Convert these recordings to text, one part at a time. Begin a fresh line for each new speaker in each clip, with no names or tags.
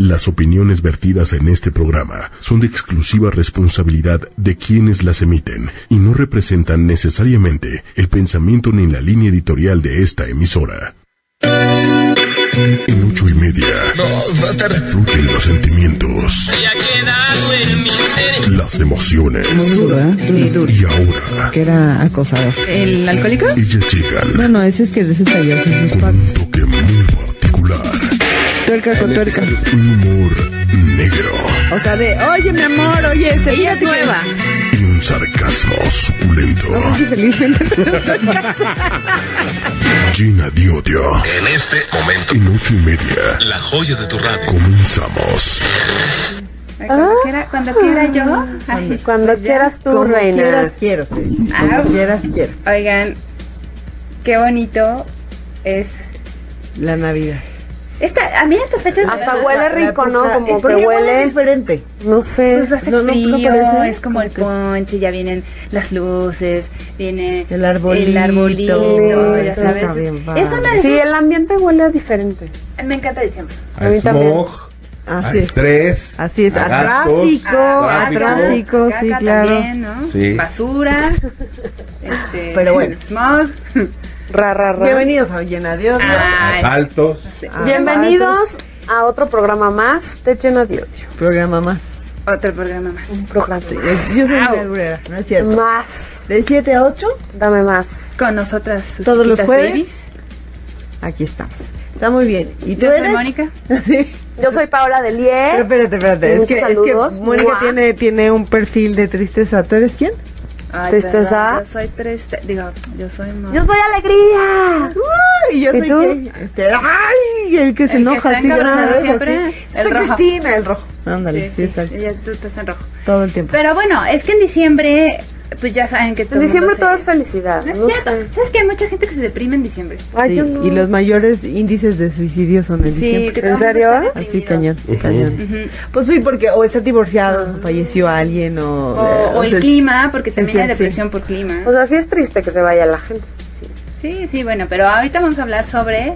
Las opiniones vertidas en este programa son de exclusiva responsabilidad de quienes las emiten y no representan necesariamente el pensamiento ni la línea editorial de esta emisora. En ocho y media fluyen los sentimientos, las emociones
Muy duro, ¿eh? Sí, duro.
y ahora
Que era acosador.
¿El alcohólico?
ellas llegan
No, no, ese es que ese es ayer, ese es
con
Paco.
un toque muy particular,
Tuerca con tuerca.
un humor negro
O sea, de, oye, mi amor, oye, este
Ella es
fíjate que-
nueva.
y un sarcasmo suculento
No sé si feliz entre pues
Gina Diodio.
En este momento,
En ocho y media
la joya de tu radio.
comenzamos.
Eh, Cuando, quiera, cuando quiera yo. Así.
Ah.
pues,
Cuando quieras tú,
Como
reina.
quieras, quiero, sí. Como
Au.
quieras, quiero.
Oigan, qué bonito es.
La Navidad.
Esta, a mí estas fechas.
Hasta huele rico, ¿no?
época-
Como
¿Por
que
qué
huele.
diferente.
No sé.
Pues hace
No, no, no
frío,
parece.
es como el ponche, ya vienen las luces, viene
El arbolito.
el arbolito, ya
Está
sabes.
bien
Es
padre.
una de
Sí, el ambiente huele diferente.
esas- me encanta diciembre.
A
al
mí también.
smog, al
Ah,
Así es.
estrés,
Así es,
a
a
gastos,
tráfico, a
tráfico.
tráfico, sí,
Caca
claro.
Ah, También, ¿no?
Sí.
Basura, este,
Pero bueno.
smog.
Ra, ra, ra.
Bienvenidos a Oyen Adiós.
Ay,
asaltos.
Ah,
Bienvenidos a otro programa más de lleno de odio.
Programa más.
otro programa más.
Un programa
Es- Yo soy
Au.
una Herrera, ¿no es cierto?
más.
De 7 a 8,
Dame más.
Con nosotras, sus
Todos los
chiquitas
jueves.
babies.
aquí estamos. Está muy bien. ¿Y tú
Yo soy
eres?
Mónica.
Sí.
Yo soy Paola
Pero
Delier.
espérate, espérate. Es
Muchos
que, es
saludos.
que Mónica
Mua.
tiene, tiene un perfil de tristeza. ¿Tú eres quién?
Ay,
Tristeza.
perdón, Yo soy triste. Digo, yo soy más.
Yo soy Alegría.
Y yo
¿Y
soy
tú?
gay. Este, ay, el que se
El que
enoja
está
así,
encabronado
llora,
siempre,
así.
el
Soy
rojo.
Cristina, el rojo. Ándale,
Sí,
sí,
sí,
exacto.
ella- tú estás en rojo.
Todo el tiempo.
Pero bueno, es que en diciembre, pues ya saben que todo.
En
el
diciembre
mundo
todo
se-
es felicidad.
No es
No
cierto.
sé.
¿Sabes que hay mucha gente que se deprime en diciembre?
Ay,
Sí,
yo no.
Y los mayores índices de suicidio son en
Sí,
diciembre.
que todo
¿En
el mundo
serio?
está
Así,
deprimido.
cañón,
Ujú.
cañón.
Ujú.
Pues sí, porque o están divorciados, o falleció alguien, o...
O,
eh,
o el
sea,
clima, porque también
sí,
hay
sí.
depresión por clima.
O sea, sí es triste que se vaya la gente.
Sí, sí, bueno, pero ahorita vamos a hablar sobre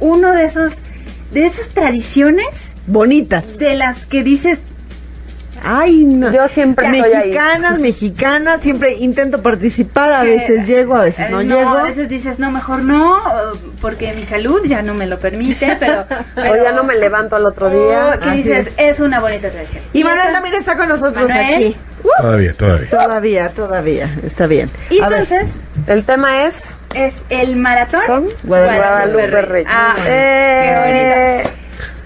uno de esos, de esas tradiciones
Bonitas.
de las que dices,
Ay, no.
Yo siempre estoy ahí.
mexicanas, mexicanas, siempre intento participar, a veces llego, a veces
Eh,
no,
A
llego.
veces dices, no, mejor no, eh, porque mi salud ya no me lo permite, pero...
O ya no me levanto al otro día.
Oh, Que
Así
dices,
es.
es una bonita tradición.
Y Manuel
entonces-
también está con nosotros
Manuel.
aquí.
Todavía, todavía.
Todavía, todavía, está bien.
Y
A ver,
entonces
El tema es
es el maratón
con
Guadalupe
Guadalupe Reyes.
Ah,
Eh,
qué bonito.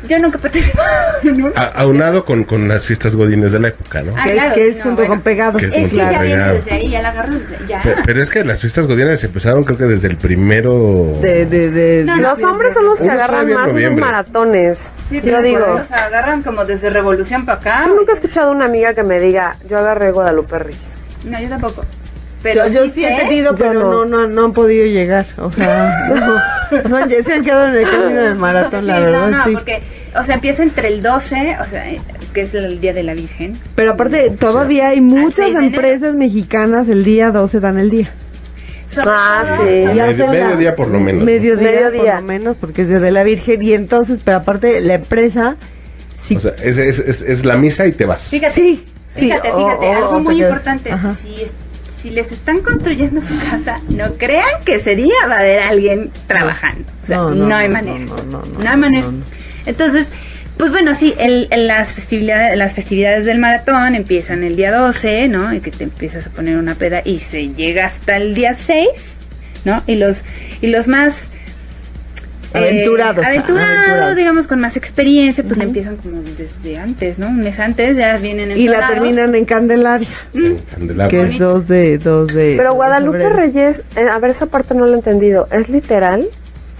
Yo nunca participo en uno.
A- aunado con, con las fiestas godines de la época, ¿no?
Ah,
que,
claro,
que
sí,
es
no,
junto
bueno.
con pegados.
Que es
sí,
Es que
Claro.
ya vienes
Pegado.
desde ahí, ya la agarras desde ya.
Pe- Pero, es que las fiestas godines empezaron creo que desde el primero...
De, de, de-
No,
Los hombres son los que
Uno
agarran
sabe en
más esos
noviembre.
maratones.
Sí,
yo
pero
digo.
O sea, agarran como desde Revolución para acá.
Yo nunca he escuchado a una amiga que me diga, yo agarré Guadalupe Reyes.
No, yo tampoco. Pero
yo, yo
sí ¿eh?
sí he
sé-
tenido,
Yo
pero
no.
no. No, no, han podido llegar. O sea, no, no, se han quedado en el camino del maratón,
Sí,
la verdad,
no, no,
sí.
porque, o sea, empieza entre el 12, o sea, eh, que es el Día de la Virgen.
Pero aparte, todavía hay muchas
seis de enero.
empresas mexicanas el día 12 dan el día.
Sobre
Ah,
todo,
sí.
Medio-
Y hacen la-
mediodía por lo menos, ¿no?
Mediodía,
Mediodía.
por lo menos, porque es Día de la Virgen. Y entonces, pero aparte, la empresa... Sí,
O sea, es, es, es, es la misa y te vas.
Fíjate,
sí, sí,
fíjate,
o-
fíjate,
o-
algo
o
muy
te quedas-
importante.
Ajá.
Si, es- si les están construyendo su casa, no crean que ese día va a haber alguien trabajando. O sea,
No,
no,
no,
hay
no,
manera.
no,
No,
no, no,
hay
no,
manera.
no, no.
Entonces, pues bueno, sí, el, el- las, festividades, las festividades del maratón empiezan el día 12, ¿no? Y que te empiezas a poner una peda y se llega hasta el día 6, ¿no? Y los, y los más... eh,
Aventurados,
aventurados,
aventurados.
digamos, con más experiencia, pues la empiezan como desde antes, ¿no? Un mes antes ya vienen
Y la
entonados.
terminan en Candelaria,
En Candelabra.
que es 2 de... 2 de
Pero Guadalupe
febrero.
Reyes, eh, a ver, esa parte no la he entendido. ¿Es literal?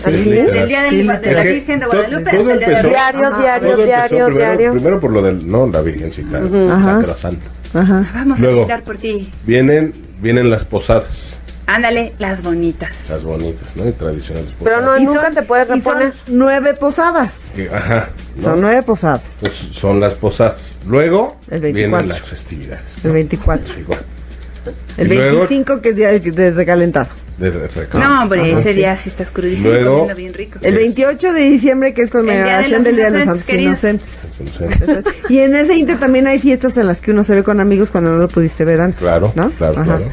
Sí,
¿Así?
literal.
Del día
Sí,
del- de la
Es que
Virgen de
todo-
Guadalupe
todo
hasta el día de
empezó-
la
Diario,
Ajá.
diario,
Todo empezó
diario,
primero,
diario.
primero por lo del... No, la Virgen, sí, claro.
Ajá.
Sacrosanta.
Ajá.
Vamos
Luego.
a gritar por ti.
Vienen, vienen las posadas,
Ándale, las bonitas.
las bonitas, ¿no? Y tradicionales
Pero no,
posadas.
Y
nunca
son-
te puedes
y son
reponer.
nueve posadas.
Que- Ajá. ¿no?
Son nueve posadas,
Pues son las posadas. Luego
El 24.
vienen las festividades.
el 24.
Igual.
El
Y luego-
25 que es día de, de recalentado.
De- de- de-
No, hombre,
Ajá,
ese
sí.
día sí está oscurísimo
Ah, Luego-
comiendo bien rico.
El 28 de diciembre que es conmemoración del Día de los Santos Inocentes.
Entonces,
Y en ese inter también hay fiestas en las que uno se ve con amigos cuando no lo pudiste ver antes.
Claro,
¿no?
claro, claro. Pues,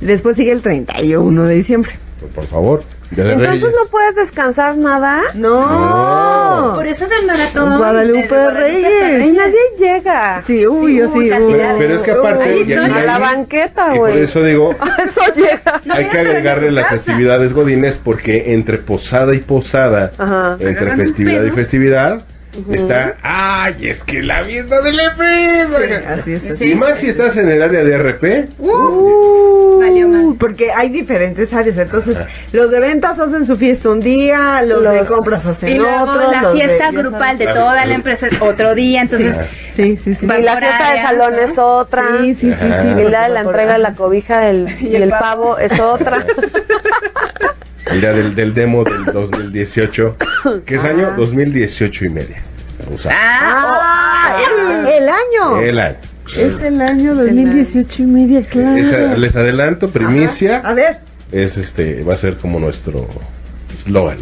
Después sigue el 31 de diciembre.
Por favor. Ya de
Entonces
Reyes.
no puedes descansar nada.
¡No!
Por eso es el maratón.
Guadalupe
desde Guadalupe
Reyes.
hasta
Ahí
Reyes.
nadie llega.
Sí, uy,
Sí,
yo
hubo
sí.
cantidad
uy.
de-
Pero, pero es que
Ahí
aparte.
estoy.
A la
hay-
banqueta,
y Por
güey.
eso digo,
Eso llega.
No,
hay que
pero
agregarle
en tu
las
casa.
festividades godines porque entre posada y posada,
Ajá.
entre
Agarran un
festividad y
pedo.
festividad, está, ay, es que la fiesta de la empresa. oiga".
Así es. así
Y más si estás en el área de RP,
Uh,
Valió madre.
porque hay diferentes áreas, entonces los de ventas hacen su fiesta un día, los, de
Los-
compras hacen
Y luego
otro,
la
los de-
fiesta
ya
grupal de
sabes.
toda la empresa es otro día, entonces
sabes. Sí, sí, sí.
Va-
Y la fiesta de
Temporaria,
salón
¿no?
es otra.
Sí, sí, sí, sí.
Ajá.
El día de la entrega de la cobija el- y el pavo es otra.
el día del, del demo del 2018, que es año 2018 y media. O sea,
ah,
¡Ah! es el año.
el año.
Es el año 2018 y media, claro.
Esa- les adelanto, primicia,
A ver,
es este, va a ser como nuestro eslogan,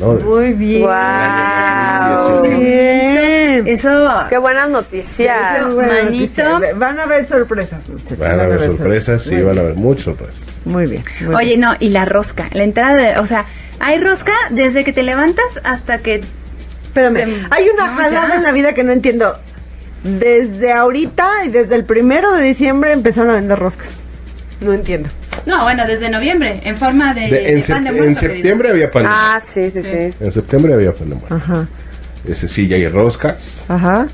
¿no?
muy bien.
¡Guau!
Muy Bien.
oh, eso
¡Qué buenas noticias!
Muy buena noticia.
manito.
Van a haber sorpresas. muchachos,
Van a haber sorpresas, sí,
Muy
van a
bien,
haber muchas sorpresas.
Muy bien. muy
Oye,
bien.
no, y la rosca, la entrada de, o sea, hay rosca desde que te levantas hasta que
espérame.
tem-
Hay una
Em, no,
jalada
ya.
en la vida que no entiendo. Desde ahorita y desde el primero de diciembre empezaron a vender roscas. No entiendo.
No, bueno, desde noviembre, en forma Eh, de,
De- en,
de pan
sept-
de
en
muerto, querido.
septiembre había pan de
Ah, sí, sí, sí.
En septiembre había pan de muerto.
Ajá,
Ese sí, ya hay roscas.
ajá.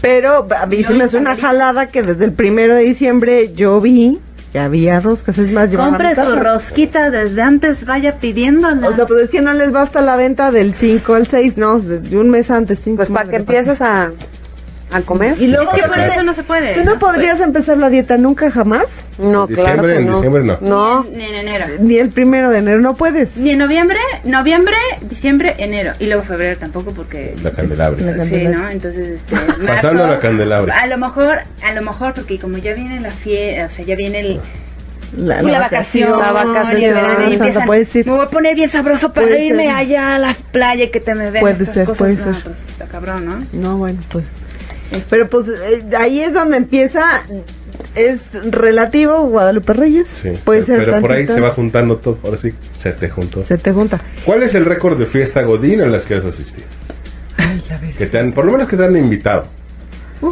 Pero a mí
Y
se me
hoy
hace una
también.
jalada que desde el primero de diciembre yo vi que había roscas. Es más, llevaban a mi
Compre su
casa.
rosquita desde antes, vaya pidiéndola.
O sea, pues es que no les basta la venta del 5 al 6, no, de de un mes antes. cinco,
Pues para
madre,
que empieces a, a comer.
Y luego,
es que
¿qué
por
pasa?
eso no se puede.
pues, ¿Tú no podrías empezar la dieta nunca jamás?
No,
En
claro
diciembre,
que
en
no.
diciembre no.
No.
Ni en enero.
Ni el primero de enero, no puedes.
Ni en noviembre, noviembre, diciembre, enero. Y luego febrero tampoco porque... pues,
La candelabra.
La-
Sí,
Candelabra.
¿no? Entonces, este, marzo,
Pasando la candelabra.
A lo mejor, a lo mejor, porque como ya viene la fiesta, o sea, ya viene el, la, vacación,
la vacación, ah,
y el verano, y
o sea,
empiezan,
puedes ir.
me voy a poner bien sabroso para
Puede
irme
ser.
allá a la playa y que te me vean
Puede
estas
ser,
cosas.
puede
No,
ser.
pues, está cabrón, ¿no?
No, bueno, pues.
Este.
Pero pues eh, ahí es donde empieza, es relativo Guadalupe Reyes.
Sí.
Puede
pero
ser
pero por ahí
tantitas.
se va juntando todo. Ahora sí, se te juntó.
Se te junta.
¿Cuál es el récord de fiesta Godín en las que has asistido?
Ay, Uh. la ver.
Que te han, por lo menos que te han invitado.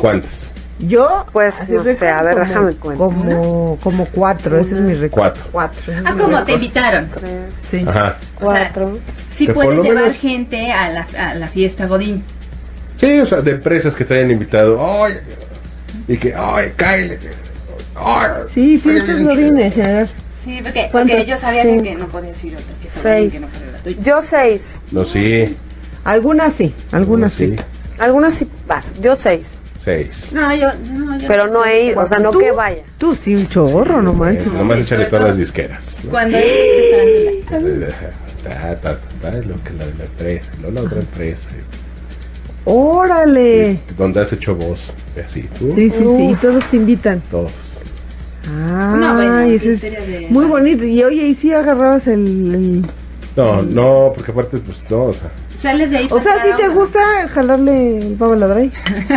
¿Cuántas?
Yo.
Pues,
así
no
recuerdo
sé, a ver,
como-
déjame cuento.
Como, como cuatro, ese es mi recuerdo.
Cuatro.
Cuatro. ese es
Ah,
mi
como te
recuerdo.
invitaron.
Tres,
Sí.
Ajá.
cuatro.
Si
Que por
puedes
lo
llevar
menos-
gente a la, a la fiesta Godín.
Sí, o sea, de empresas que te hayan invitado. ¡Ay! Y que, ¡ay, cállate! ¡Ay!
Sí, fiestas godines, general.
Sí, porque,
¿Cuánto?
porque ellos sabían
Sí.
que no podías ir a otra fiesta Godín
Seis.
que no fuera la tuya.
Yo seis.
No, sí.
Algunas sí, algunas sí.
Sí.
Algunas sí vas. Yo seis.
Seis.
No, yo, no, yo.
Pero no he ido. O sea, no
¿Tú?
que vaya.
Tú sí, un chorro, no
Eh,
manches.
Nomás échale todas las disqueras. ¿no?
Cuando es
Ta, ta, ta, lo que la de la empresa, no la
Ah.
otra empresa.
Órale.
Donde has hecho voz, y así, tú,
Sí, sí, sí, y todos te invitan.
todos.
Ah,
No, bueno,
y eso
sí,
es
sería de-
muy bonito. Y oye, y sí agarrabas el... el-
No, no, porque aparte, pues no, o sea,
sales de ahí.
O sea, ¿sí te gusta jalarle el pavo a la dray?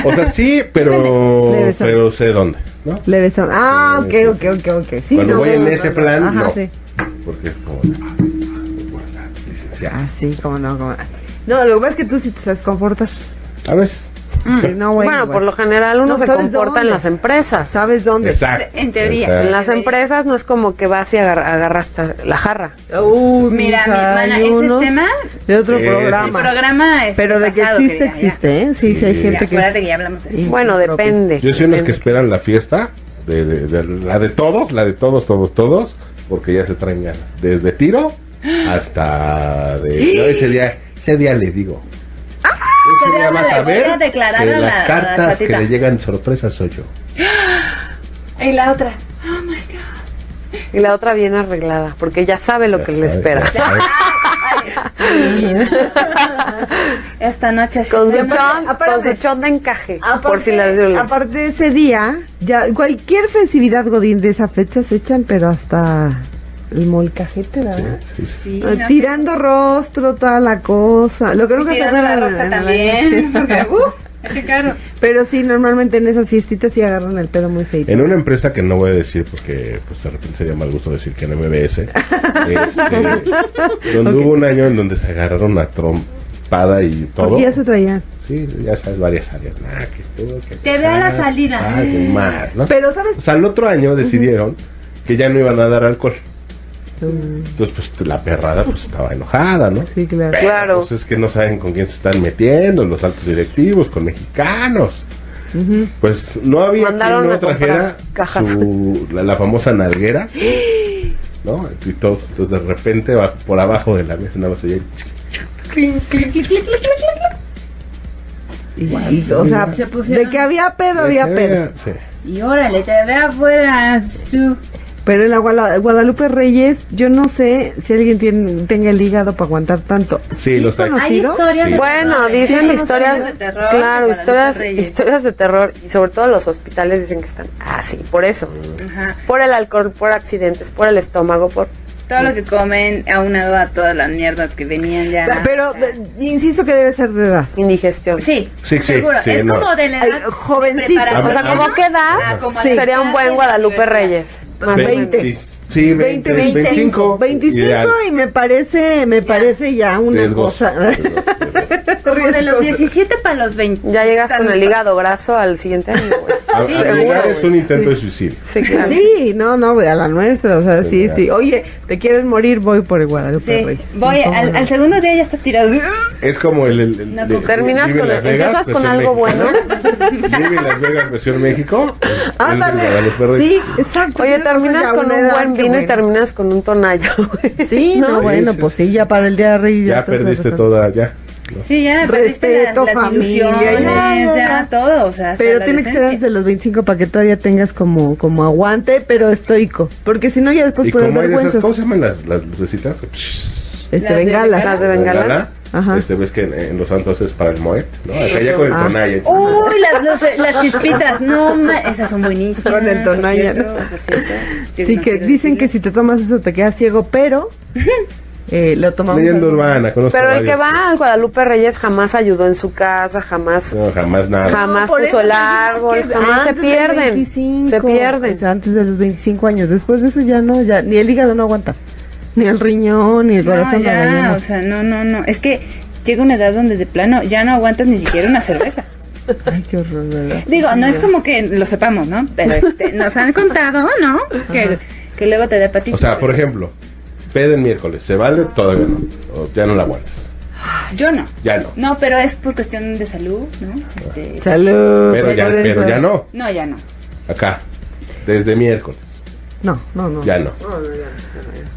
o sea, sí,
Leve
pero,
son.
pero sé dónde, ¿no?
Le besan. Ah, ok,
Sí, sí,
ok, ok, ok. Sí,
Cuando
no,
voy
no,
en
no,
ese
no,
plan,
Ajá,
no.
sí.
Porque es como, de, ah, guarda, licenciada.
Ah, sí, como no, como... No, lo que pasa es que tú sí te sabes comportar.
A veces,
Mm.
Sí, no, bueno,
Bueno, por
bueno.
lo general uno
No
se
sabes
comporta en
dónde.
las empresas.
¿Sabes dónde?
exacto.
En teoría,
exacto.
En las empresas no es como que vas y agar- agarras ta- la jarra.
Uy,
Mira, mi
mija,
hermana,
hay
ese
unos
tema-
De otro
Sí, sí,
programa.
sí.
programa este,
Pero de que
pasado,
existe,
querida, ya.
existe, ¿eh? Sí, sí, hay
Sí.
gente que...
Acuérdate
es-
que ya hablamos de eso.
Sí.
Bueno,
Creo que-
depende.
Yo soy los que
Depende.
esperan la fiesta, de, de- de- la de todos, la de todos, todos, todos, porque ya se traen ganas. Desde tiro hasta de. No, ese día, ese día le digo. Ese
Ese
día
día me
vas
le
a
voy
ver
a declarar
que
a la-
las
a la
cartas que
chatita.
le llegan sorpresas soy yo.
Y la otra.
Y la otra bien arreglada, porque ya sabe lo
Ya
que
sabe,
le espera.
ya sabe.
Esta noche sí.
Con su
hacemos-
chon, con
aparte-
su chon de encaje.
Aparte,
por si las dudas.
aparte de ese día, ya cualquier festividad godín de esa fecha se echan, pero hasta el molcajete, ¿verdad?
Sí, sí.
Sí,
Ah,
no,
Tirando rostro, toda la cosa. Lo que nunca
tirando
se
la
hace
rosca
en- en-
también.
sí.
Porque, uh, qué caro.
Pero sí, normalmente en esas fiestitas sí agarran el pedo muy feito.
En una empresa que no voy a decir porque pues de repente sería mal gusto decir que en MBS, este, donde hubo un año en donde se agarraron a trompada y todo.
Porque ya se traían.
Sí, ya sabes, varias áreas. Nah, que tú, que
Te veo a la
tal,
salida.
tal, que mal, ¿no?
Pero, ¿sabes?
O sea, el otro año decidieron que ya no iban a dar alcohol. Entonces, pues la perrada pues estaba enojada, ¿no?
Sí, claro.
Pero,
Claro.
Pues es que no saben con quién se están metiendo, los altos directivos, con mexicanos. Pues no había
Mandaron
quien
a
no trajera
comprar cajas.
su- la, la famosa nalguera, ¿no? Y todo, entonces de repente va por abajo de la mesa, nada más oye,
Y- y, o sea,
Se pusieron-
de que había pedo, había pedo.
Sí.
Y órale, te veo afuera. Tú.
Pero en la Guala- Guadalupe Reyes, yo no sé si alguien tiene, tenga el hígado para aguantar tanto.
Sí, los hay.
Hay
conocido?
historias.
Sí.
de
Bueno,
terror,
dicen
tenemos
historias
de terror.
claro,
de
historias,
Guadalupe
historias de terror y sobre todo los hospitales dicen que están así, por eso,
Reyes. Ajá.
por el alcohol, por accidentes, por el estómago, por
Todo lo que comen, aunado a todas las mierdas que venían ya.
Pero eh, insisto que debe ser de edad.
indigestión.
sí,
Sí, sí,
seguro.
sí,
es
no.
como de la edad
Ay, jovencito.
preparatoria.
O sea,
Habla-
¿cómo
Ah,
queda?
como
Sí.
al-
Sería un buen Guadalupe Reyes. Más o menos.
20.
Sí, 20, 25.
25
ideal.
y me parece, me parece ya una
Riesgoso.
cosa.
Como de los 17 para los 20.
Ya llegas con el hígado graso al siguiente año, güey.
A- a
Seguro,
llegar es
güey.
un intento de suicidio.
Sí, claro.
Sí, no, no, güey, a la nuestra, o sea, sí, sí. Oye, te quieres morir, voy por el Guadalupe
Sí,
Reyes.
voy
Sí, cómo
al,
no.
al segundo día ya estás tirado.
Es como el. el- el-
No,
el-
pues,
Terminas
Vive en
con,
Las Vegas,
empiezas con
versión
algo bueno.
mexicana. Vive en Las Vegas, versión México. es
Ándale.
Guadalupe Reyes.
Sí, exacto.
Oye,
Yo creo que
terminas
ya
con
una
un
edad
buen
que,
vino y
bueno.
terminas con un tonayo, güey.
Sí, no,
Sí,
bueno,
sí,
pues
sí.
sí, ya para el día de Reyes.
Ya
estás
perdiste
rezando.
toda, ya.
Sí, ya, perdiste las,
Respeto,
las
familia,
ilusiones,
ya,
ya,
ya.
todo. O sea, hasta
Pero
la
tiene que ser
decencia.
antes de los 25 para que todavía tengas como, como aguante, pero estoico. Porque si no, ya después
Y
pueden
como hay
ver
de esas, ¿cómo
huesos.
se llaman las, las lucecitas? Psh,
Este,
Las de
bengalas.
bengalas.
Las de bengala.
Ajá.
Este ves que en, en los santos es para el Moet, ¿no? Acá ya con el
Ah.
Tonaya.
Uy, las, luces- las chispitas, no, ma- esas son buenísimas.
Con el Tonaya, ¿no?
por cierto, yo
Sí,
no
que
quiero
dicen que
decirlo.
si te tomas eso te quedas ciego, pero eh, lo tomamos.
Leyenda
al-
urbana, conozco
Pero el que
varios.
va al Guadalupe Reyes jamás ayudó en su casa, jamás
No, jamás nada.
Jamás
por eso
puso el
decimos
árbol,
que
jamás se
antes del
pierden.
25,
Se pierden.
o sea, antes de los 25 años. Después de eso ya no, ya ni el hígado no aguanta. Ni el riñón, ni el
No,
corazón. no, no,
ya,
no.
o sea, no, no, no. Es que llega una edad donde de plano ya no aguantas ni siquiera una cerveza.
Ay, qué horror, ¿verdad?
Digo, no es como que lo sepamos, ¿no? Pero este, nos han contado, ¿no? Que, que luego te da hepatitis.
O sea, por ejemplo, peda el miércoles, ¿se vale? Todavía no. O ya no la aguantas.
Yo no.
Ya no.
No, pero es por cuestión de salud, ¿no? Este,
Salud.
Pero ya,
por
pero
eso.
ya no.
no, ya no.
Acá. Desde miércoles.
No, no, no.
Ya no.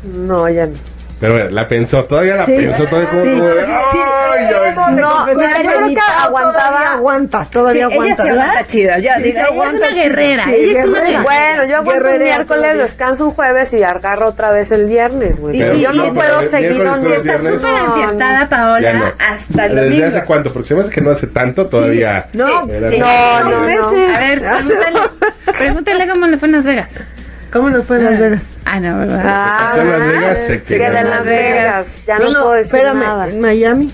No, ya no.
Pero bueno, la pensó, todavía la
Sí.
pensó, todavía como.
Sí,
como
sí,
de, ¡Ay, ay!
hemos de
No,
confesar
pero yo creo que
Benita,
aguantaba-
Todavía aguanta,
Sí,
todavía
ella
aguanta.
se aguanta chido. Yo
Sí,
digo,
se
ella es
aguanta
una
chido.
guerrera.
Sí,
ella es una
guerrera.
guerrera.
Bueno, yo aguanto el
Guerrera
miércoles,
todavía.
descanso un jueves y agarro otra vez el viernes, güey.
Y
Pero
sí,
yo
y
no
el
puedo
miércoles,
seguido
jueves,
Está
viernes.
súper enfiestada,
Ya
Paola,
no.
hasta el
¿Desde
domingo.
hace cuánto? Porque se me hace que no hace tanto todavía.
No,
Era-
sí.
No, no, no.
A ver, pregúntale, pregúntale cómo le fue en Las Vegas.
¿Cómo nos fue en Las Vegas?
Ah, no, ¿verdad?
Ah,
Se quedó en Las Vegas, se
se
quedó
queda en Las Vegas. Ya no, puedo decir
espérame,
nada.
en Miami.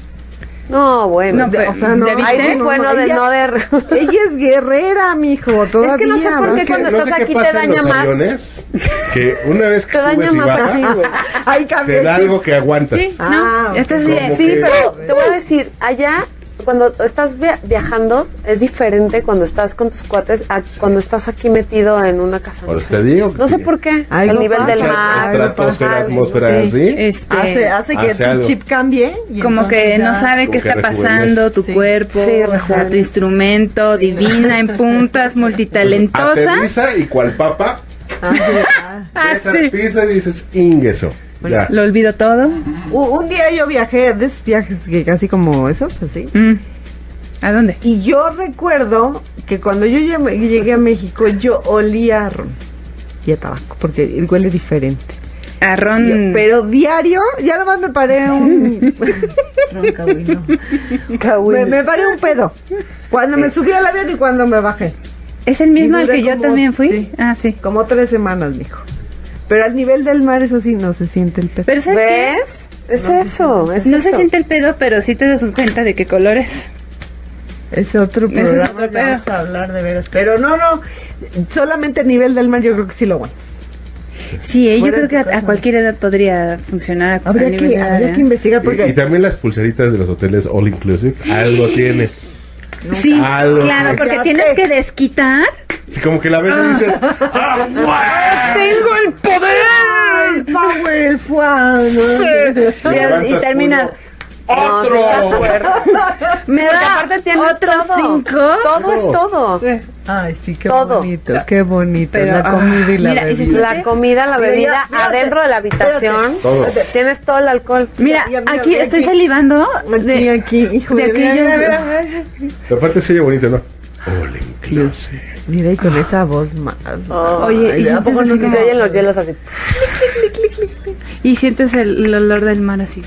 No, bueno.
No, pero-
O sea, no.
¿Ya viste?
Ahí sí fue no de...
ella,
No de...
ella es guerrera, mijo, todavía.
Es que no sé por
Es
qué cuando estás aquí te
pasa en
daña
los
más.
aviones, que una vez que
Te daña
subes y
más así,
bajas,
güey.
Ahí cambió
te
el
da
chip.
algo que aguantas.
Sí,
Ah,
no, esta sí
¿cómo
es.
Sí,
que-
pero te voy a decir, allá cuando estás via- viajando es diferente cuando estás con tus cuates a cuando estás aquí metido en una casa.
Por
no
eso
sé.
te digo.
No sé por qué.
Algo
el nivel
pasa.
del
La
mar.
Estratosfera,
algo.
atmósfera,
Sí,
¿sí?
este,
Hace, hace que
Hace
tu
algo.
chip cambie. y
como que
entonces ya-
no sabe
Como
qué
que
está
rejuveneces.
pasando tu
Sí.
cuerpo,
Sí,
o sea,
rejuveneces.
tu instrumento, divina, en puntas, multitalentosa.
Aterriza y cual papa,
Ah, sí, ah.
Ah,
esa
sí.
pisa y dices, ingueso. Ya.
Lo olvido todo.
U- Un día yo viajé, de esos viajes que casi como esos, así.
Mm. ¿A dónde?
Y yo recuerdo que cuando yo ya me- llegué a México, yo olía a ron y a tabaco, porque huele diferente.
A
Mm.
Ron.
Pero diario, ya nomás me paré un. me, me paré un pedo. Cuando
Eh.
me subí al avión y cuando me bajé.
¿Es el mismo
Y
al
duré
que yo
como-
también fui?
sí.
Ah, sí.
Como tres semanas, mijo. Pero al nivel del mar, eso sí, no se siente el pedo.
Pero ¿sabes qué?
¿Ves? Es eso, es
Pues No se
eso.
siente el pedo, pero sí te das cuenta de qué colores.
Ese otro
Ese es
programa
otro
ya
pedo.
vamos a hablar de veras. Pero no, no. Solamente a nivel del mar, yo creo que sí lo aguantas.
Sí, eh, yo
Fuera de
creo que
tu
a,
casa.
a cualquier edad podría funcionar. a- a
Habría
nivel
que,
de edad,
habría
¿eh?
que investigar porque.
Y, y también las pulseritas de los hoteles all inclusive, algo tiene.
Sí,
Algo
claro,
que-
porque tienes que desquitar.
Si como que la ves y dices, ¡ah, guau!
¡Tengo el poder!
Power, el fuá, ¿no?
Y,
Levantas
terminas.
uno.
No, sí
¡Otro!
está fuerte.
Me
Porque
da
aparte tienes
otros
todo.
cinco.
Todo es todo.
Sí.
Ay, sí, qué
Todo.
bonito, qué bonito. la
ah,
comida y la
mira, y si
bebida.
La comida, la
Mira,
bebida,
ya, fíjate,
adentro de la habitación.
Todo.
Tienes todo el alcohol.
Mira,
Ya, mira,
aquí
mira,
estoy
aquí.
salivando.
Aquí,
de-
aquí, hijo mira,
de aquellos-
mira, mira, mira.
Pero aparte se oye bonito, ¿no? All inclusive.
Mira, y con esa voz más.
Oye, y
Ay, ¿a
sientes
poco no
así
Y
como-
se oyen los hielos así.
Y sientes el, el olor del mar así.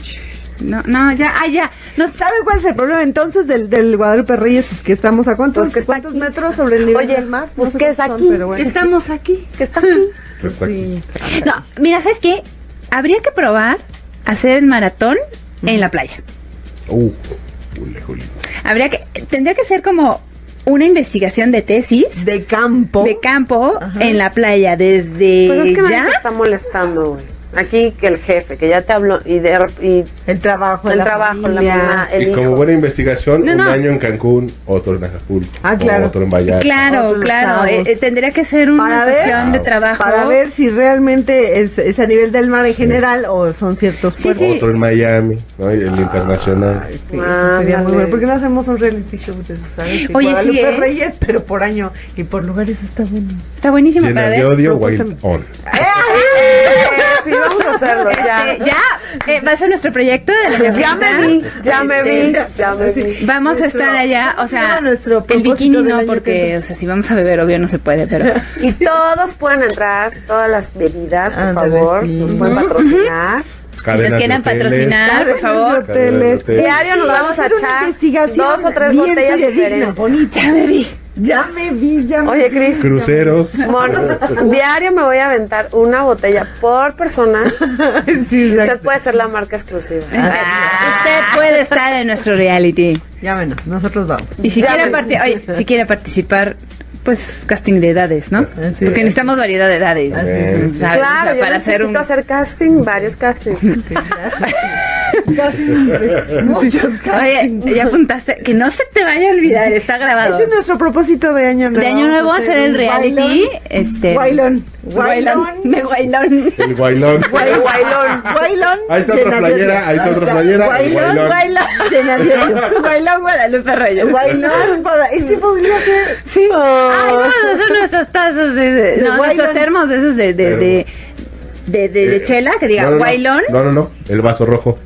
No, no, ya, ah, ya. No,
¿Sabe cuál es el problema entonces del, del Guadalupe Reyes? Es que estamos a cuántos,
Pues que está
¿cuántos
aquí.
metros sobre el nivel
Oye,
del mar.
pues
sé
que es
cuántos
aquí.
pero bueno.
estamos aquí.
¿Qué está aquí?
Pero está aquí.
Sí.
No, mira, ¿sabes qué? Habría que probar hacer el maratón en la playa.
Uh, jule, jule.
Habría que, tendría que ser como una investigación de tesis
De campo.
de campo en la playa desde
Pues es que nadie
ya.
te está molestando, güey. Aquí que el jefe, que ya te habló y, de, rep- y
el trabajo,
el
la
trabajo,
familia.
la mamá, el
Y
hijo.
como buena investigación,
No,
un
no.
año en Cancún, otro en Acapulco,
Ah, claro.
otro en Vallarta.
Claro,
Otros
claro. eh,
chavos.
eh, tendría que ser una
Para ver-
cuestión de trabajo.
Para ver si realmente es, es a nivel del mar en general o son ciertos
Sí,
puertos.
sí.
Otro en Miami, ¿no? Y El internacional.
Ay, sí, eso sería muy
Ándale.
bueno. ¿Por qué no hacemos un reality show de eso, sabes?
Oye, sí,
Guadalupe
¿eh?
Reyes, pero por año y por lugares está bueno.
Está buenísimo
Llena
para ver.
de odio,
Propuesta-
wild on.
Sí, vamos a hacerlo, ya.
Este, ya, eh, va a ser nuestro proyecto de la
Ya
Este,
me vi, ya me vi, ya me vi.
Vamos
Nuestro-
a estar allá, o sea,
no, nuestro
el
propósito
bikini
del
no,
año
porque,
que-
o sea, si vamos a beber, obvio no se puede, pero
Y todos pueden entrar, todas las bebidas, por
Ándale,
favor,
Ah, sí.
nos pueden patrocinar.
si nos
de
quieran
hoteles.
patrocinar, por favor,
Hoteles.
Hoteles.
Diario nos vamos a
este, hacer una
echar
investigación
dos o tres
bien
botellas
fidedigna,
diferentes.
bonita.
ya me vi.
Ya me vi, ya me
Oye, Cris,
Cruceros.
Mon, diario me voy a aventar una botella por persona.
Cris. sí,
Usted
exacto.
puede ser la marca exclusiva.
Usted puede estar en nuestro reality.
Llámenos, nosotros vamos.
Y si
Ya
quiere,
me-
parti- oye, si quiere participar, pues casting de edades, ¿no?
es.
Porque necesitamos variedad de edades.
Así es.
¿sabes?
Claro,
O sea,
yo
para
necesito
hacer un...
hacer casting, varios castings.
Muchos
Oye, ya apuntaste, que no se te vaya a olvidar, está grabado.
Ese es nuestro propósito de año nuevo.
De año nuevo
Vamos a
hacer el
un
reality, este...
Guailón.
Guailón.
Guailón.
Me guailón.
El guailón.
Guailón. Guailón. Guailón.
Ahí está otra
de
playera,
Navidad.
ahí está otra playera.
Guailón.
Guailón.
Guailón.
De Navidad.
Guailón Guadalupe Reyes.
Guailón. para- Ese podría ser.
Sí. Ay, no, son nuestros tazos de, de- no,
guailón.
nuestros termos de esos de de, de, de, de- de chela que diga
No, no, no.
guailón.
No, no, no. El vaso rojo.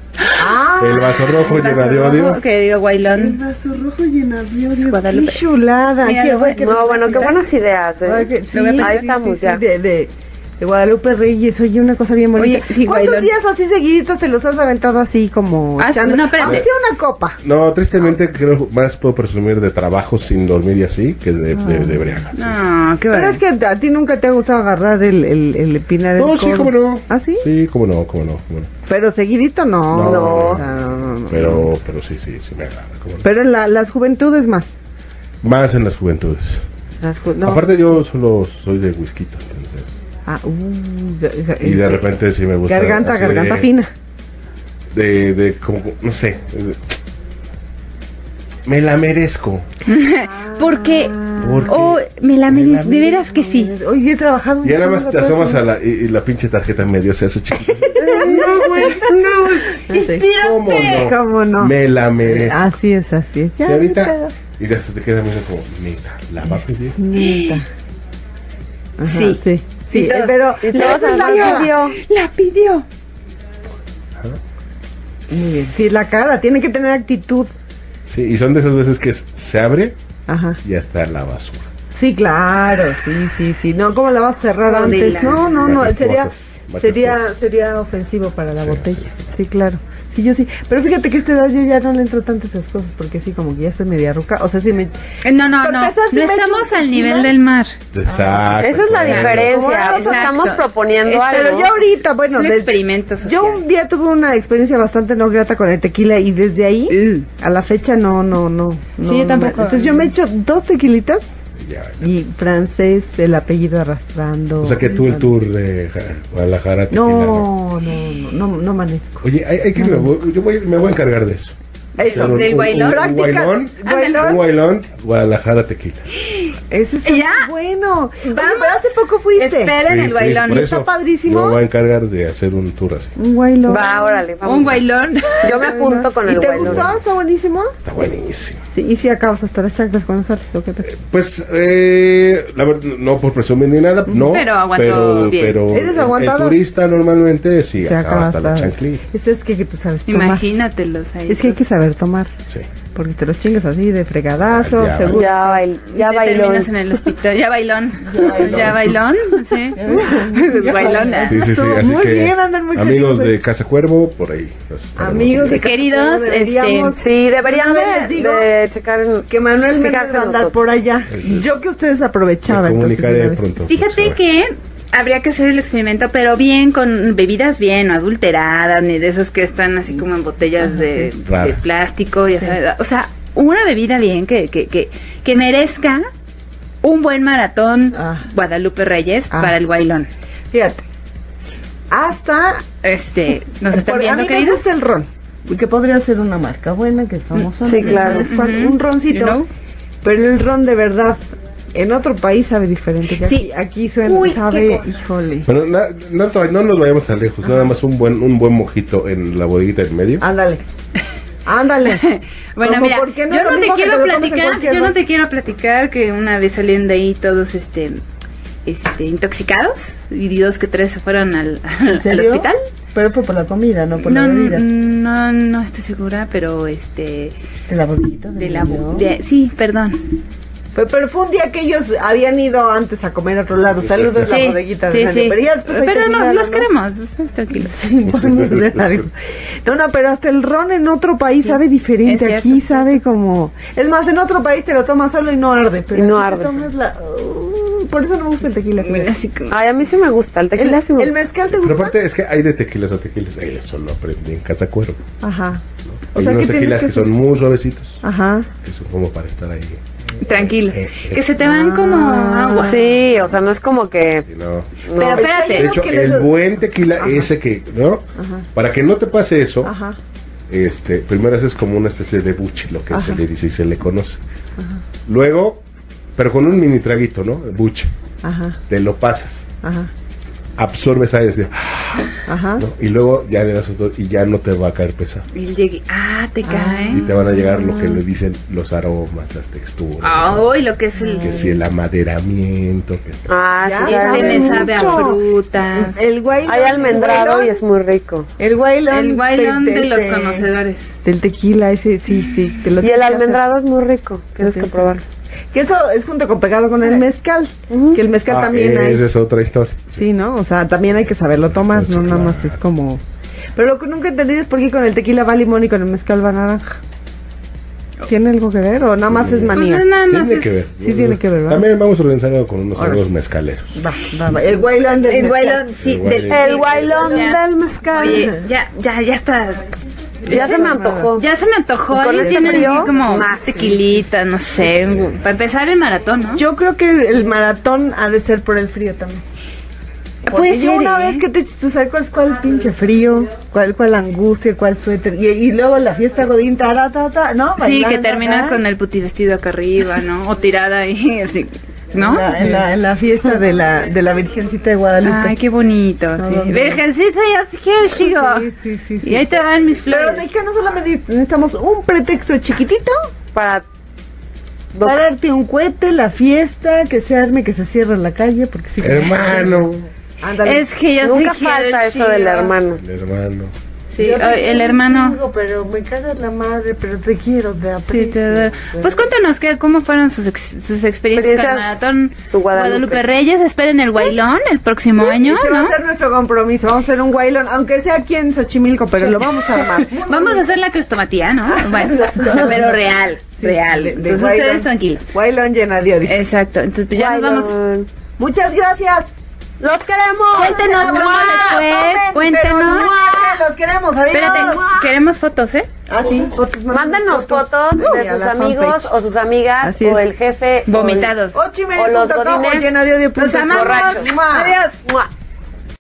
Ah.
El vaso rojo llena de odio.
Que diga guailón.
vaso rojo lleno de odio.
Guadalupe.
Qué chulada.
Mira,
qué
lo
bueno.
No, bueno, qué buenas ideas. ¿eh?
Ay, que- sí,
Ahí
sí,
estamos
sí,
ya.
sí, de, de- de Guadalupe Reyes, oye, una cosa bien bonita.
Oye, sí,
¿Cuántos
Guailón.
días así seguiditos te los has aventado así como
Ah,
echando?
no, espérate.
Aunque sea una copa.
No, tristemente creo más puedo presumir de trabajo sin dormir y así que de, de, de briaga. sí.
No, qué
Pero
bueno.
es que a ti nunca te ha gustado agarrar el, el, el pinar del
No, sí,
codo.
cómo no.
¿Ah, sí?
Sí, cómo no, cómo no, cómo no.
Pero seguidito Oh, no.
No.
O sea, no, no, no.
Pero, pero sí, sí, sí me agrada. cómo no.
Pero en la- las juventudes más.
Más en las juventudes.
Las ju- no.
Aparte yo solo soy de whisky, entonces.
Ah, uh, ga- ga-
Y de repente sí me gusta.
Garganta,
así de-
garganta fina.
De, de, como, no sé. de- me la merezco.
Porque.
Porque-
Oh, me la
me
mere-
la
De veras que sí.
Oye, he trabajado
Y
mucho
nada más
rato
te asomas
así.
a la, y, y la pinche tarjeta en medio se hace chiquita. no, güey, no, güey.
Sí.
¿Cómo no?
¿Cómo no?
Me la merezco.
Así es, así es.
Si
Ya,
este. ahorita, y ya se te queda mirando como, neta, la va a pedir.
Neta. Ajá,
Sí.
sí. Sí, eh,
todos-
pero
Y todos
esa es la
además
cara.
pidió.
La pidió.
Muy bien. Sí, la cara tiene que tener actitud.
Sí, y son de esas veces que es- se abre
Ajá.
y ya está la basura.
Sí, claro. Sí, sí, sí. No, ¿cómo la vas a cerrar
Con
antes?
vela.
No, no, no.
Las
Sería
cosas. Muchas
Sería,
cosas.
sería ofensivo para la
Sí,
botella. Sí, claro. Sí, yo sí. Pero fíjate que a esta edad yo ya no le entro tantas esas cosas porque sí, como que ya estoy media ruca. O sea, sí me.
Eh, No, no,
Para
no.
empezar, si
No
me
estamos
echo
al
encima-
nivel del mar.
Exacto.
Esa es la
claro.
Bueno,
diferencia. o sea,
exacto.
estamos proponiendo
Está-
Eh, Pero
algo.
yo ahorita, bueno.
es un
desde-
experimento social.
yo un día tuve una experiencia bastante no grata con el tequila y desde ahí
Mm.
a la fecha no, no, no. no,
yo
no
tampoco.
me- entonces yo me echo dos tequilitas
Ya.
y francés, el apellido arrastrando.
O sea que tú el tour de Ja- Guadalajara. tequila,
No, no, no, no, no amanezco.
Oye, hay, hay que yo voy- yo voy- me voy a encargar de eso.
Eso,
Hacer un-
del
un-
guailón.
Un guailón,
Práctica, guailón.
un guailón, Guadalajara tequila.
Eso está
Ya.
muy bueno. Oye,
Vamos.
pero hace poco fuiste.
Esperen el
Este. Sí,
guailón.
sí, por eso
Está padrísimo.
Me voy a encargar de hacer un tour así.
Un guaylo.
Va, órale, vamos.
Un guailón.
Yo me apunto con
¿Y
el
te
guaylón.
gustó? ¿Está buenísimo?
Está buenísimo.
Sí, y si acabas hasta las chanclas cuando sales, ¿o qué tal?
Pues, eh, la verdad, no por presumir ni nada, no.
Pero aguantó
pero,
bien.
pero
¿Eres
el-
aguantado?
El turista normalmente sí,
Se
acaba hasta la
hasta-
chanclilla.
Eso es que, que tú sabes tomar.
Imagínatelos ahí.
Es que hay que saber tomar.
Sí.
Porque te los chingas así de fregadazo,
Ya,
seguro.
Ya, bail, ya
Te
bailó.
terminas en el hospital. Ya bailón. Ya bailón. Sí. Bailona.
Sí, sí, sí. Así
Muy
que,
bien, andan muy creativos.
amigos de Casa Cuervo, por ahí. los estaremos
Amigos de
viendo.
Queridos,
deberíamos-
este, Sí, deberían
Yo les
de,
digo
de checar en-
Que Manuel me va a
fijarse en
andar
nosotros.
por allá.
Sí.
Yo que ustedes aprovechaban.
Me
entonces, de
comunicaré
una vez.
pronto.
Fíjate
Roxana.
que habría que hacer el experimento, pero bien, con bebidas bien, no adulteradas, ni de esas que están así como en botellas de, de
Raras.
plástico, ya sabes. O sea, una bebida bien que, que, que, que merezca un buen maratón
Ah.
Guadalupe Reyes
Ah.
para el Guailón.
Fíjate. Hasta
Este, nos están
Por- a
viendo,
mí me
queridos. Mm,
gusta el ron. y Que podría ser una marca buena, que es famosa.
Sí,
¿no?
claro.
¿Sabes cuál?
Ujú.
Un roncito.
You know.
Pero el ron de verdad, en otro país sabe diferente. que aquí,
Sí.
aquí suena,
Uy, qué
sabe,
cosa.
híjole.
Bueno, na- no, to- no nos vayamos tan lejos, nada más un buen un buen mojito en la bodeguita en medio.
Ándale. Ándale.
Bueno,
Como,
mira,
¿por qué
yo
Lo
no te
mismo que
quiero
lo comes en
platicar,
cualquier
yo no
ron.
te quiero platicar que una vez salían de ahí todos este este intoxicados y dos que tres se fueron al,
¿En
al
serio?
hospital.
Pero fue por la comida, no por
No,
la bebida.
no, no estoy segura, pero este
De la botellita.
de la
vino.
de- sí, perdón.
Pero, pero fue un día que ellos habían ido antes a comer a otro lado. Saludos a
Sí,
la bodeguita.
sí,
de
sí.
Pero ya después ahí
Pero no,
terminaron, ¿no?
los queremos, ustedes tranquilos.
Ponnos de largo. No, no, pero hasta el ron en otro país sabe
es
diferente.
cierto,
Aquí
es cierto.
sabe como. Es más, en otro país te lo tomas solo y no arde. Pero
Y no
aquí te
arde.
tomas la- Uh, por eso no me gusta el tequila. fíjate.
Así como-
Ay, a mí sí me gusta. El tequila
¿El,
sí me
el
gusta.
mezcal te
Pero
gusta?
aparte es que hay de tequilas a tequilas, Ay, eso lo aprendí en Casa Cuervo.
Ajá.
Hay unos
tienes
tequilas que
hacer-
son muy suavecitos,
Ajá.
que son como para estar ahí.
tranquilo. Que se te van como
Ah.
agua.
Sí, o sea, no es como que.
y no-
no.
Pero espérate.
De hecho,
Creo que
el
les-
buen tequila, ese que, ¿no? Para que no te pase eso,
Ajá.
este, primero haces como una especie de buche, lo que
Ajá.
se le dice y se le conoce. Luego, pero con un mini traguito, ¿no? El buche,
Ajá.
te lo pasas,
Ajá.
absorbes aire, así,
Ajá.
¿no? y luego ya le das otro y ya no te va a caer pesado.
Y él llegue, ah, te
Y
cae.
te van a llegar lo
Ah.
que le dicen los aromas, las texturas.
Ah,
¿no?
uy, lo que es el
Que si el amaderamiento. que-
Ah,
Ya,
sí,
ya
sabe.
este me sabe a
mucho.
frutas.
El guaylón.
Hay almendrado
guaylón-
y es muy rico.
El guaylón.
El guailón
te-
de
te-
los
te-
conocedores.
Del tequila, ese sí, sí. te lo tienes
Y el
que hacer.
almendrado es muy rico. Tienes que
Sí.
probarlo.
Que eso es junto con pegado con el mezcal. Que el mezcal
Ah,
también hay.
esa es otra historia.
Sí, ¿no? O sea, también hay que saberlo tomar,
Sí,
no nada
claro.
más es como... Pero lo que nunca entendí es por qué con el tequila va limón y con el mezcal va naranja. ¿Tiene algo que ver o nada más es
Pues
manía?
nada más
Tiene
es-
que ver.
Sí tiene que ver, ¿verdad?
También vamos organizando con unos
Ahora.
amigos mezcaleros.
Va, va, va. El guaylón del
El
mezcal.
guailón, sí,
El
del-
guailón.
sí,
El guailón
ya.
del mezcal.
Oye, ya, ya, ya está.
ya se me antojó.
Ya se me antojó.
Y con
Ellos
este
tienen
frío,
así como
más.
tequilita, no sé. Para empezar el maratón, ¿no?
Yo creo que el maratón ha de ser por el frío también. Porque
Puede
yo
ser,
una
¿eh? Ah,
vez que te tú sabes cuál es cuál pinche frío, cuál cuál angustia, cuál suéter. Y, y luego la fiesta godín, ta, ta, ta, ¿no?
Sí,
Bailando
que terminas
acá.
con el puti vestido acá arriba, ¿no? O tirada ahí, así,
En
¿no?
la, en la- en la fiesta de la, de la Virgencita de Guadalupe.
Ay, qué bonito.
No,
sí.
no, no.
Virgencita, ya te chico.
Sí, sí, sí, sí.
Y ahí te van mis
Pero
flores.
mexicanos solamente necesitamos un pretexto chiquitito
Para.
para darte un cohete, la fiesta, que se arme, que se cierre la calle, porque si
Hermano,
Ándale.
Es que yo te
Nunca
quiero,
falta eso
chico.
del hermano.
el hermano.
Sí,
Yo te
ay, el
quiero un
hermano.
chingo, pero me cagas la madre, pero te quiero, te
Sí,
aprecio.
te adoro.
pero-
Pues cuéntanos ¿qué, cómo fueron sus, ex- sus experiencias con el
Experiencias,
maratón
su Guadalupe.
Reyes. Esperen el Guailón el próximo año,
Ese va
¿no?
a ser nuestro compromiso. Vamos a hacer un guailón, aunque sea aquí en Xochimilco, pero lo vamos a armar.
Vamos a hacer la crestomatía, ¿no? Bueno, o sea, pero real, real.
De- de
Entonces
guailón.
ustedes tranquilos.
Guailón llena de odio.
Exacto, entonces pues ya nos vamos.
Guaylón.
Muchas gracias.
¡Los queremos!
Cuéntenos cómo les fue,
Tomen,
cuéntenos.
pero no, Los queremos, adiós.
Espérate, queremos fotos, ¿eh?
Ah, sí, fotos,
Mándanos fotos de
a
sus
la
amigos
fanpage.
o sus amigas
Así
o
es.
el jefe. o el-
Vomitados.
Ocho y media
O los
punto com,
godines.
llena de odio punto
Los amamos.
borrachos.
Adiós.
¡Mua!